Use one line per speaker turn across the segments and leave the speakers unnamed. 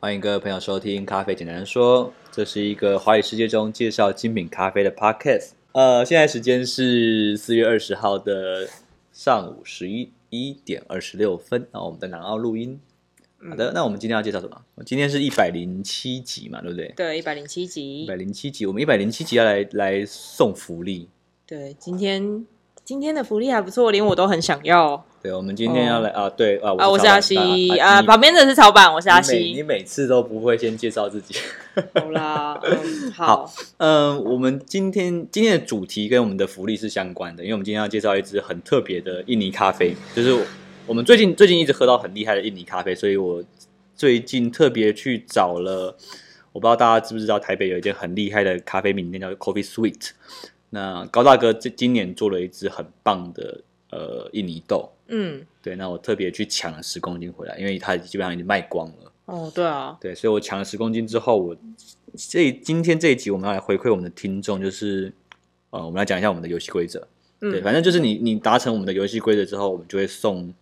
欢迎各位朋友收听《咖啡简单说》，这是一个华语世界中介绍精品咖啡的 podcast。呃，现在时间是四月二十号的上午十一一点二十六分。那我们在南澳录音。
嗯
好的，那我们今天要介绍什么？今天是一百零七集嘛，对不对？
对，一百零七
一
集
百。零七集，我们一百零七集要来来送福利。
对，今天今天的福利还不错，连我都很想要
对，我们今天要来、啊，对啊，
啊！我是
是
阿
西
西啊，旁边的是草板，我是阿
你每你
西。
每次都不会先介绍自己。
好 啦，嗯，好，
嗯，我们今天今天的主题跟我们的福利是相关的，因为我们今天要介绍一支很特别的印尼咖啡，就是我们最近最近一直喝到很厉害的印尼咖啡，所以我最近特别去找了，我不知道大家知不知道，台北有一间很厉害的咖啡名店叫 Coffee Sweet，那高大哥这今年做了一支很棒的呃印尼豆，
嗯，
对，那我特别去抢了十公斤回来，因为它基本上已经卖光了。
哦，对啊，
对，所以我抢了十公斤之后，我这今天这一集我们要来回馈我们的听众，就是呃，我们来讲一下我们的游戏规则。对，
嗯，
反正就是你你达成我们的游戏规则之后，我们就会送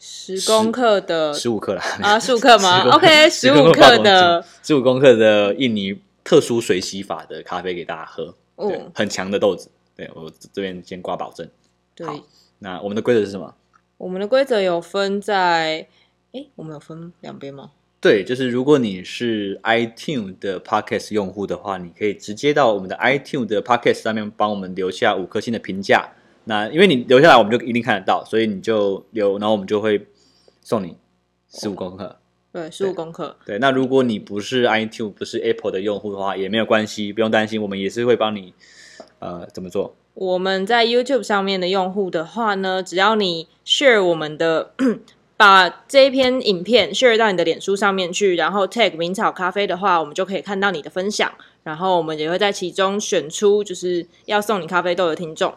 十公克的
十五克啦，
啊， 十五克吗
10公
？OK，十五克的，
十五公克的印尼特殊水洗法的咖啡给大家喝，对，
哦，
很强的豆子。对我这边先挂保证。
对，
好那我们的规则是什么？
我们的规则有分在，诶，我们有分两边吗？
对，就是如果你是 iTune 的 Podcast 用户的话，你可以直接到我们的 iTune 的 Podcast 上面帮我们留下五颗星的评价。那因为你留下来，我们就一定看得到，所以你就留，然后我们就会送你十五公克。
对，十五公克，
对，那如果你不是 iTune 不是 Apple 的用户的话，也没有关系，不用担心，我们也是会帮你呃怎么做。
我们在 YouTube 上面的用户的话呢，只要你 share 我们的， 把这一篇影片 share 到你的脸书上面去，然后 tag 名草咖啡的话，我们就可以看到你的分享，然后我们也会在其中选出就是要送你咖啡豆的听众。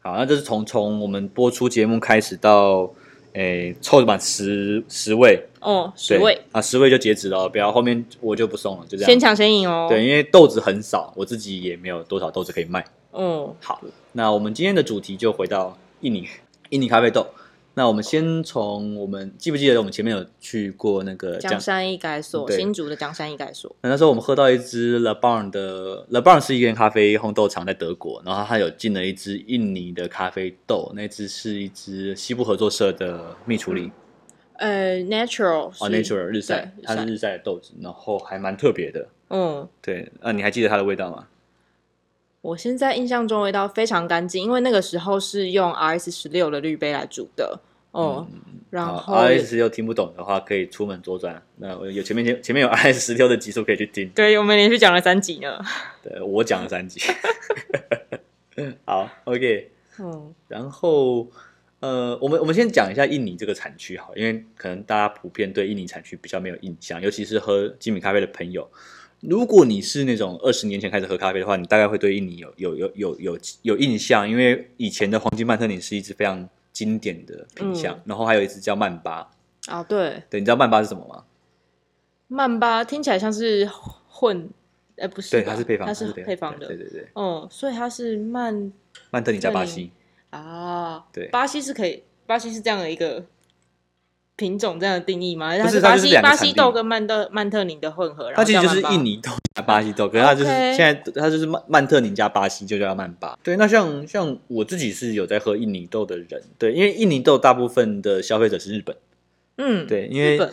好，那就是从从我们播出节目开始到诶凑满十十位，
哦，
对
十位，
啊，十位就截止了哦，不要后面我就不送了，就这样。
先抢先赢哦。
对，，因为豆子很少，我自己也没有多少豆子可以卖。
嗯，
好，那我们今天的主题就回到印尼，印尼咖啡豆。那我们先从我们记不记得我们前面有去过那个
江山易改所，
呃对
新竹的江山易改所，
那那时候我们喝到一支 l e b o n 的 l e b o n 是一间咖啡烘豆厂在德国，然后它有进了一支印尼的咖啡豆，那支是一支西部合作社的蜜处理
呃，natural，
哦
嗯是
Nature 日晒
对，日
它
晒
是日晒的豆子，然后还蛮特别的。
嗯。
对，啊，你还记得它的味道吗？
我现在印象中味道非常干净，因为那个时候是用 RS 十六的滤杯来煮的哦，然后、
嗯 R S 六听不懂的话，可以出门左转。那我有前面前前面有 R S 六的集数可以去听。
对我们连续讲了三集呢。
对我讲了三集。 好，OK。
嗯，
然后呃，我们我们先讲一下印尼这个产区好了，因为可能大家普遍对印尼产区比较没有印象，尤其是喝精品咖啡的朋友。如果你是那种二十年前开始喝咖啡的话，你大概会对印尼有有有有有有印象，因为以前的黄金曼特宁是一支非常经典的品相，
嗯
然后还有一支叫曼巴。
哦对，
对，你知道曼巴是什么吗？
曼巴听起来像是混，呃不是吧，
对，它是配方，
它
是
配方
对
的，
对对，
哦、所以它是曼
曼特尼在巴西，
啊，
对
巴西是可以，巴西是这样的一个。品种这样的定义吗？它
不是它
巴
就是
西
两个
巴
产
西
地
豆跟曼特曼特宁的混合，然后
它其实
叫
就是
曼巴
印尼豆加巴西豆，可是它就是
OK
现在它就是曼曼特宁加巴西就叫曼巴。对，那像像我自己是有在喝印尼豆的人，对，因为印尼豆大部分的消费者是日本，
嗯，
对，因为
日本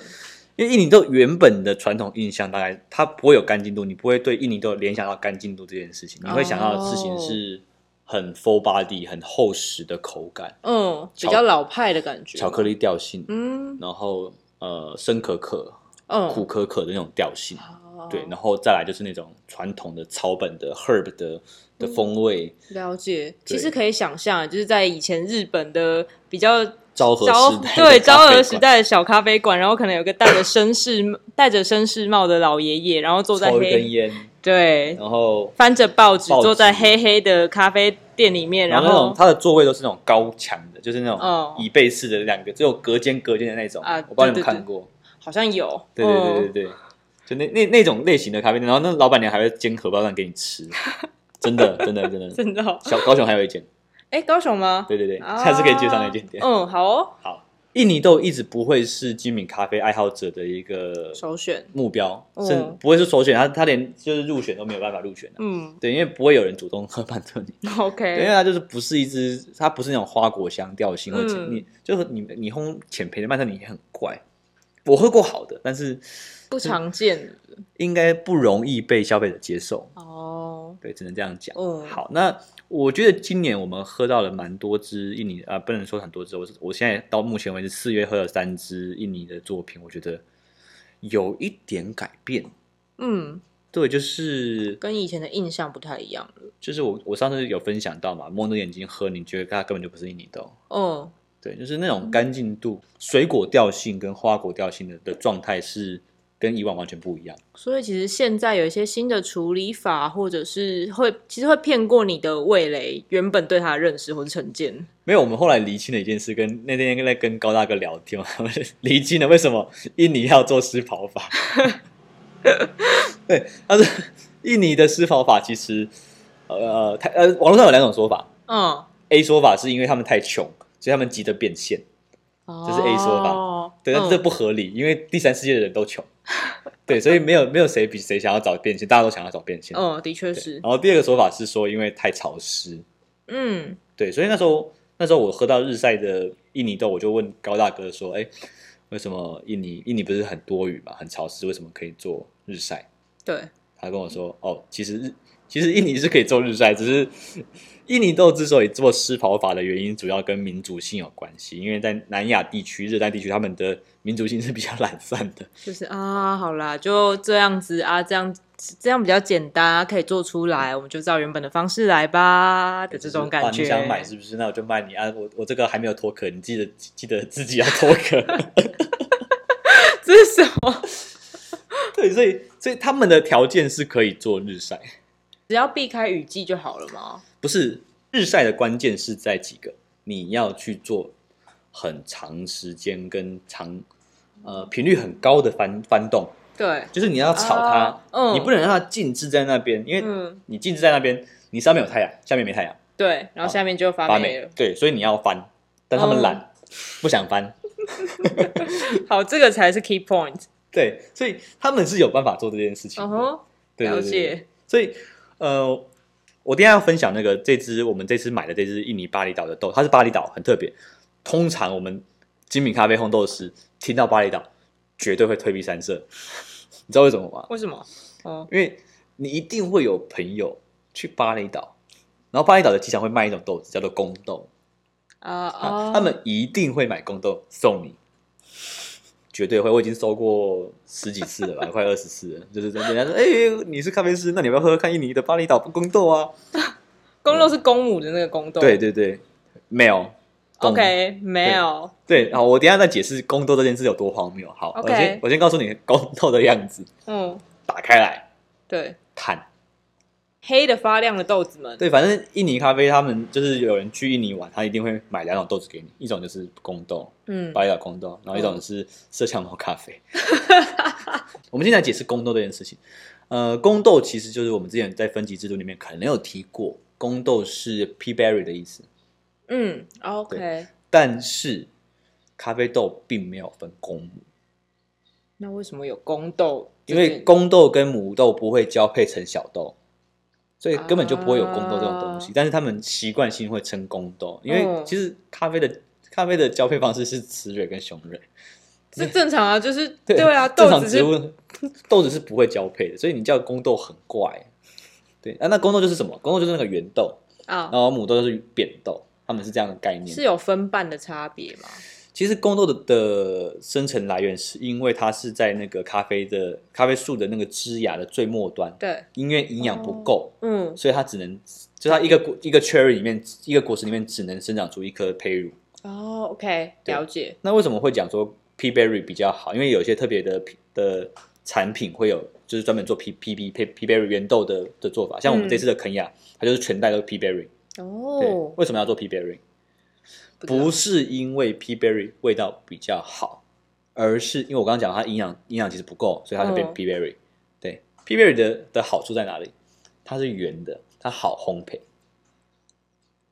因为印尼豆原本的传统印象大概它不会有干净度，你不会对印尼豆联想到干净度这件事情，你会想到的事情
哦
是很 full body 很厚实的口感，
嗯比
巧
较老派的感觉，
巧克力调性，
嗯
然后呃深可可、
嗯
苦可可的那种调性。
哦
对，然后再来就是那种传统的草本的 herb 的
嗯
的风味，
了解。
对
其实可以想象，就是在以前日本的比较
昭和
昭
时代的
对昭
咖啡
和
馆
时代的小咖啡馆，然后可能有个戴着绅士戴着绅士帽的老爷爷，然后坐在
抽一根
黑
烟，
对
然后
翻着报纸
报纸
坐在黑黑的咖啡店里面，
然后那种
后
它的座位都是那种高墙的，就是那种
哦
椅背式的两个，只有隔间隔间的那种，
啊
我不知道你们
对对
看过，
好像有
对对对对
嗯
对，就那那那种类型的咖啡店，然后那老板娘还会煎荷包蛋给你 吃，真的真的真的，
真的哦
小高雄还有一间，
哎高雄吗？
对对对，
啊
下次可以介绍那间店。
嗯，好哦，
好，印尼豆一直不会是精品咖啡爱好者的一个
首选，
目标，
嗯
甚不会是首选，他他连就是入选都没有办法入选的、
嗯
对，因为不会有人主动喝曼特尼，对，啊因为
，OK，
它就是不是一支，它不是那种花果香调性，或者
嗯
你就是你你烘浅焙的曼特尼也很怪。我喝过好的，但是
不常见
应该不容易被消费者接受，
哦，
对，只能这样讲。
嗯，，
好，那我觉得今年我们喝到了蛮多支印尼啊、不能说很多支，我是我现在到目前为止四月喝了三支印尼的作品，我觉得有一点改变。
嗯，
对，就是
跟以前的印象不太一样了，
就是我我上次有分享到嘛，蒙着眼睛喝，你觉得它根本就不是印尼豆，
哦，
对，就是那种干净度、水果调性跟花果调性的的状态是跟以往完全不一样。
所以其实现在有一些新的处理法，或者是会其实会骗过你的味蕾，原本对它的认识或是成见，
没有，我们后来厘清了一件事，跟那天在跟高大哥聊天，我们 厘清了为什么印尼要做湿跑法。对，但是印尼的湿跑法其实，呃，太呃，网络上有两种说法。
嗯，
A 说法是因为他们太穷，所以他们急着变现。
这
这是 A 说法
法
对，但是这不合理，因为第三世界的人都穷。 对，所以没有没有谁比谁想要早变现，大家都想要早变现。
嗯，的
对
确
哦
是，
然后第二个说法是说，因为太潮湿，
嗯，
对，所以那时候那时候我喝到日晒的印尼豆，我就问高大哥说：“哎，为什么印尼印尼不是很多雨嘛，很潮湿，为什么可以做日晒
对，？”
他跟我说：“哦，其实日其实印尼是可以做日晒，只是印尼豆之所以做湿跑法的原因，主要跟民族性有关系，因为在南亚地区、热带地区，他们的民族性是比较懒散的。
就是啊，好啦，就这样子啊，这样这样比较简单啊，可以做出来，我们就照原本的方式来吧的这种感
就是啊
觉。
你想买是不是？那我就卖你啊！我我这个还没有脱壳，你记得记得自己要脱壳。
这是什么？
对，所以所以他们的条件是可以做日晒，
只要避开雨季就好了嘛。
不是日晒的关键是在几个，你要去做很长时间跟长呃频率很高的翻翻动，
对，
就是你要炒它，
啊嗯
你不能让它静置在那边，因为
嗯，
你静置在那边，你上面有太阳，下面没太阳，
对，然后下面就
发
发霉
霉
了。，
对，所以你要翻，但他们
啊嗯
懒，不想翻，
好，这个才是 key point。
对，所以他们是有办法做这件事情
嗯
的。
哼，
对对
了
对对
解。
所以呃，我等一下要分享那个这支我们这次买的这支印尼巴厘岛的豆，它是巴厘岛，很特别。通常我们精品咖啡烘豆师听到巴厘岛，绝对会退避三舍， 你知道为什么吗？
为什么？哦，
因为你一定会有朋友去巴厘岛，然后巴厘岛的机场会卖一种豆子叫做公豆，
啊
啊
啊，
他们一定会买公豆送你。绝对会，我已经收过十几次了吧， 快二十次了。就是人家说，哎、你是咖啡师，那你要不要喝喝看印尼的巴厘岛公豆啊？
公肉是公母的那个公豆。
对对对，没有。懂
，OK，没有。
对，好，我等一下再解释宫斗这件事有多荒谬。好
OK
我先我先告诉你宫斗的样子，
嗯，
打开来
对，
看。
黑的发亮的豆子们。
对，反正印尼咖啡他们就是有人去印尼玩，他一定会买两种豆子给你，一种就是宫斗，
嗯，
巴厘岛宫斗，然后一种是麝香猫咖啡。 我们现在解释宫斗这件事情。呃，宫斗其实就是我们之前在分级制度里面可能有提过，宫斗是 p berry 的意思，
嗯，OK。
但是咖啡豆并没有分公母。
那为什么有公豆这
因
件？
为公豆跟母豆不会交配成小豆，所以根本就不会有公豆这种东西。
啊
但是他们习惯性会称公豆，因为
嗯
其实咖啡的咖啡的交配方式是雌蕊跟雄蕊，
是正常啊，就是
对
啊，
正
豆
常
子
植
是
物豆子是不会交配的，所以你叫公豆很怪。对啊，那公豆就是什么？公豆就是那个圆豆，
啊
然，后母豆就是扁豆，他们是这样的概念
是。有分瓣的差别嘛？
其实公豆的的生成来源是因为它是在那个咖啡的咖啡树的那个枝芽的最末端，
对，
因为营养不够。
嗯，
所以它只能，就它一个果一个 cherry 里面，一个果实里面只能生长出一颗胚乳。
哦，OK，
对
了解，
那为什么会讲说 p berry 比较好？因为有一些特别的的产品会有，就是专门做 p p b p p berry 原豆的的做法。像我们
嗯
这次的肯亚，它就是全带都是 p berry。对，
哦，
为什么要做 p berry？
不知道
不是因为 p berry 味道比较好，而是因为我刚刚讲它营养营养其实不够，所以它就变
嗯
p berry。对 p berry 的的好处在哪里？它是圆的，它好烘焙，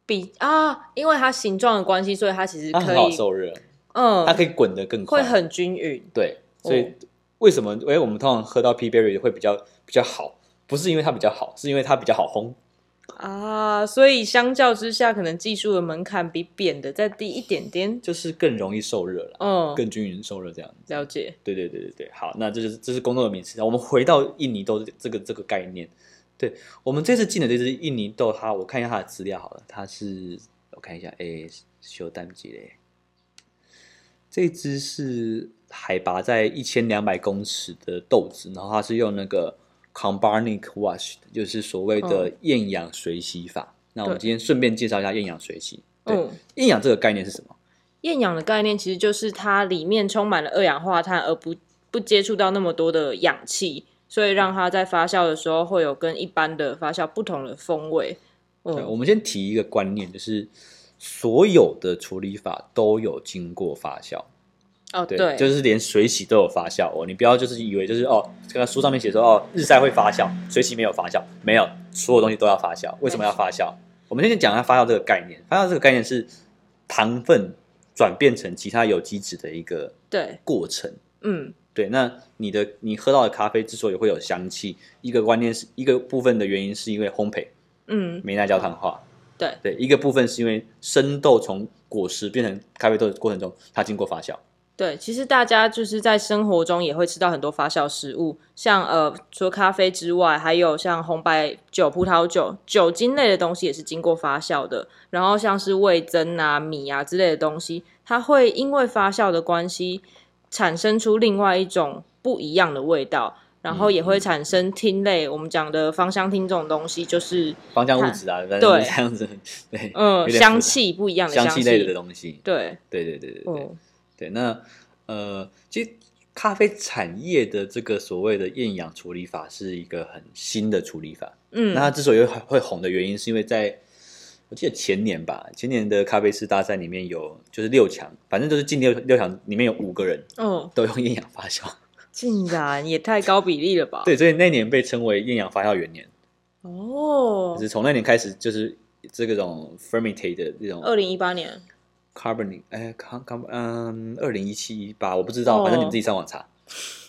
比啊，因为它形状的关系，所以它其实
它很
可
好
以
受热。
嗯
它，可以滚得更快，
会很均匀。
对，所以
哦
为什么？因为我们通常喝到 P berry 会比较比较好，不是因为它比较好，是因为它比较好烘。
啊，所以相较之下，可能技术的门槛比扁的再低一点点。
就是更容易受热了，
嗯，
更均匀受热这样子。
了解。
对对对对对，好，那这就是这是工作的名词。我们回到印尼豆这个这个概念，对我们这次进的这只印尼豆，它我看一下它的资料好了，它是我看一下，哎，修淡季嘞，这只是海拔在一千两百公尺的豆子，然后它是用那个 c o m b a r n i c wash，就是所谓的厌氧水洗法。那我们
对
今天顺便介绍一下厌氧水洗。对，
嗯，
厌氧这个概念是什么？
厌氧的概念其实就是它里面充满了二氧化碳，而不不接触到那么多的氧气，所以让它在发酵的时候会有跟一般的发酵不同的风味。
对，
嗯
我们先提一个观念，就是所有的处理法都有经过发酵，
哦，
对，
对，
就是连水洗都有发酵哦。你不要就是以为就是哦，这个书上面写说哦，日晒会发酵，水洗没有发酵，没有，所有东西都要发酵。为什么要发酵？我们先讲一下发酵这个概念。发酵这个概念是糖分转变成其他有机质的一个
对，
过程。
嗯，
对，那你的你喝到的咖啡之所以会有香气，一个观念是一个部分的原因是因为烘焙，
嗯，
美奈焦糖化。
对
对，一个部分是因为生豆从果实变成咖啡豆的过程中，它经过发酵。
对，其实大家就是在生活中也会吃到很多发酵食物，像呃，除了咖啡之外，还有像红白酒、葡萄酒、酒精类的东西也是经过发酵的。然后像是味增啊、米啊之类的东西，它会因为发酵的关系，产生出另外一种不一样的味道，然后也
嗯
会产生烃类，我们讲的芳香烃这种东西，就是
芳香物质啊，反正
对
是这样子， 对，
嗯、
有点
香
复杂、
气不一样的
香
气
气类的东西。
对，
对对对对对、
嗯，
对。那呃，其实咖啡产业的这个所谓的厌氧处理法是一个很新的处理法。
嗯，
那它之所以会会红的原因，是因为在我记得前年吧，前年的咖啡师大赛里面有就是六强，反正就是进六六强里面有五个人
嗯，
都用厌氧发酵。
竟然也太高比例了吧？
对，所以那年被称为艳阳发酵元年，
哦
就，是从那年开始，就是这个种 fermented 的这种
二零一八年，
carbon，哎，car car，嗯，二零一七一八，我不知道，
哦
反正你们自己上网查。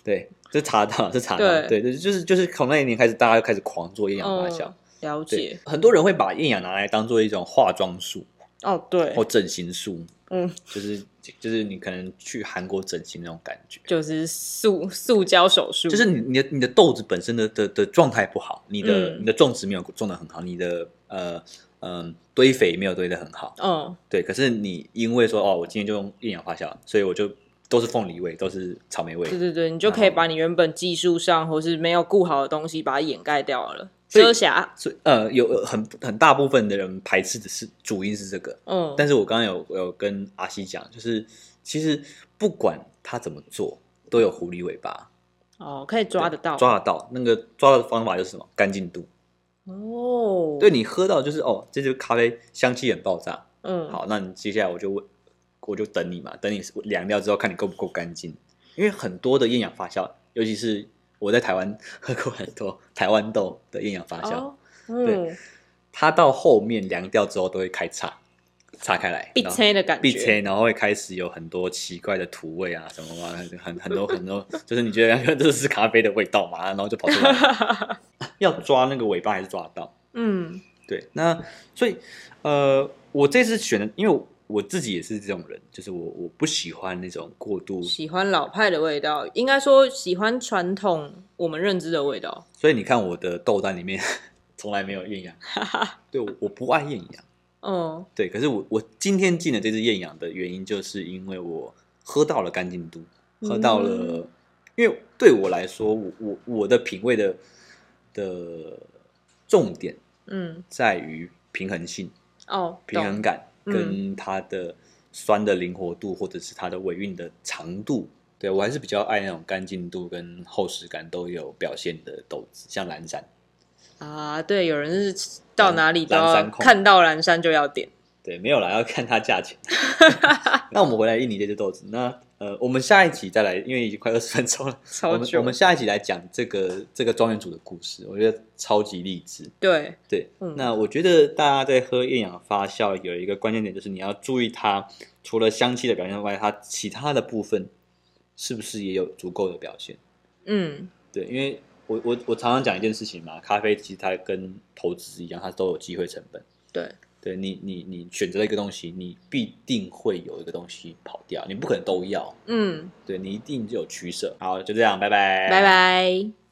对，这查得到，这查得到，
对
对，对，就是就是从那一年开始，大家就开始狂做艳阳发酵。
嗯，了
对
解。，
很多人会把艳阳拿来当做一种化妆术
哦，对
或，整形术，
嗯，
就是就是你可能去韩国整形那种感觉。
就是塑塑胶手术，
就是你你的你的豆子本身的的的状态不好，你的、
嗯
你的种植没有种的很好，你的呃嗯、堆肥没有堆的很好，
嗯，
对。可是你因为说哦，我今天就用厌氧发酵，所以我就都是凤梨味，都是草莓味
对，对对，你就可以把你原本技术上或是没有顾好的东西把它掩盖掉了，
所以
遮瑕。
所以呃有呃很很大部分的人排斥的是主因是这个。
嗯，
但是我刚刚有有跟阿西讲，就是其实不管他怎么做，都有狐狸尾巴，
哦，可以抓得到，
抓得到。那个抓到的方法就是什么？干净度。
哦，
对，你喝到就是哦，这就是咖啡香气很爆炸，
嗯，
好，那你接下来我就问，我就等你嘛，等你凉掉之后看你够不够干净，因为很多的厌氧发酵，尤其是我在台湾 喝过很多台湾豆的厌氧发酵，
哦，嗯，
它到后面凉掉之后都会开叉，叉开来，
必
然后
切的感
闭
觉，
切，然后会开始有很多奇怪的土味啊，什么啊，很很很多很多，就是你觉得 这是咖啡的味道嘛，然后就跑出来，要抓那个尾巴还是抓得到？
嗯，
对，那所以呃，我这次选的，因为我自己也是这种人，就是我我不喜欢那种过度，
喜欢老派的味道，应该说喜欢传统我们认知的味道。
所以你看我的豆单里面 从来没有艳阳，对，我我不爱艳阳，
嗯，
对，可是我我今天进了这支艳阳的原因，就是因为我喝到了干净度，喝到了，
嗯
因为对我来说，我我我的品味的的重点
嗯，
在于平衡性。
哦，
平衡
懂，
感
嗯
跟它的酸的灵活度，或者是它的尾韵的长度。对我还是比较爱那种干净度跟厚实感都有表现的豆子，像蓝山。
啊，对，有人是到哪里都
蓝
要
山控
看到蓝山就要点。
对，没有啦，要看它价钱。那我们回来印尼这只豆子，那呃，我们下一集再来，因为已经快二十分钟了，我
超
们
久。
我们下一集来讲这个这个庄园主的故事，我觉得超级励志。
对，
对，
嗯
那我觉得大家在喝厌氧发酵有一个关键点，就是你要注意它除了香气的表现外，它其他的部分是不是也有足够的表现？
嗯，
对，因为我我我常常讲一件事情嘛，咖啡其实它跟投资一样，它都有机会成本。
对，
对你你你选择了一个东西，你必定会有一个东西跑掉，你不可能都要，
嗯，
对你一定就有取舍。好，就这样，拜拜，
拜拜。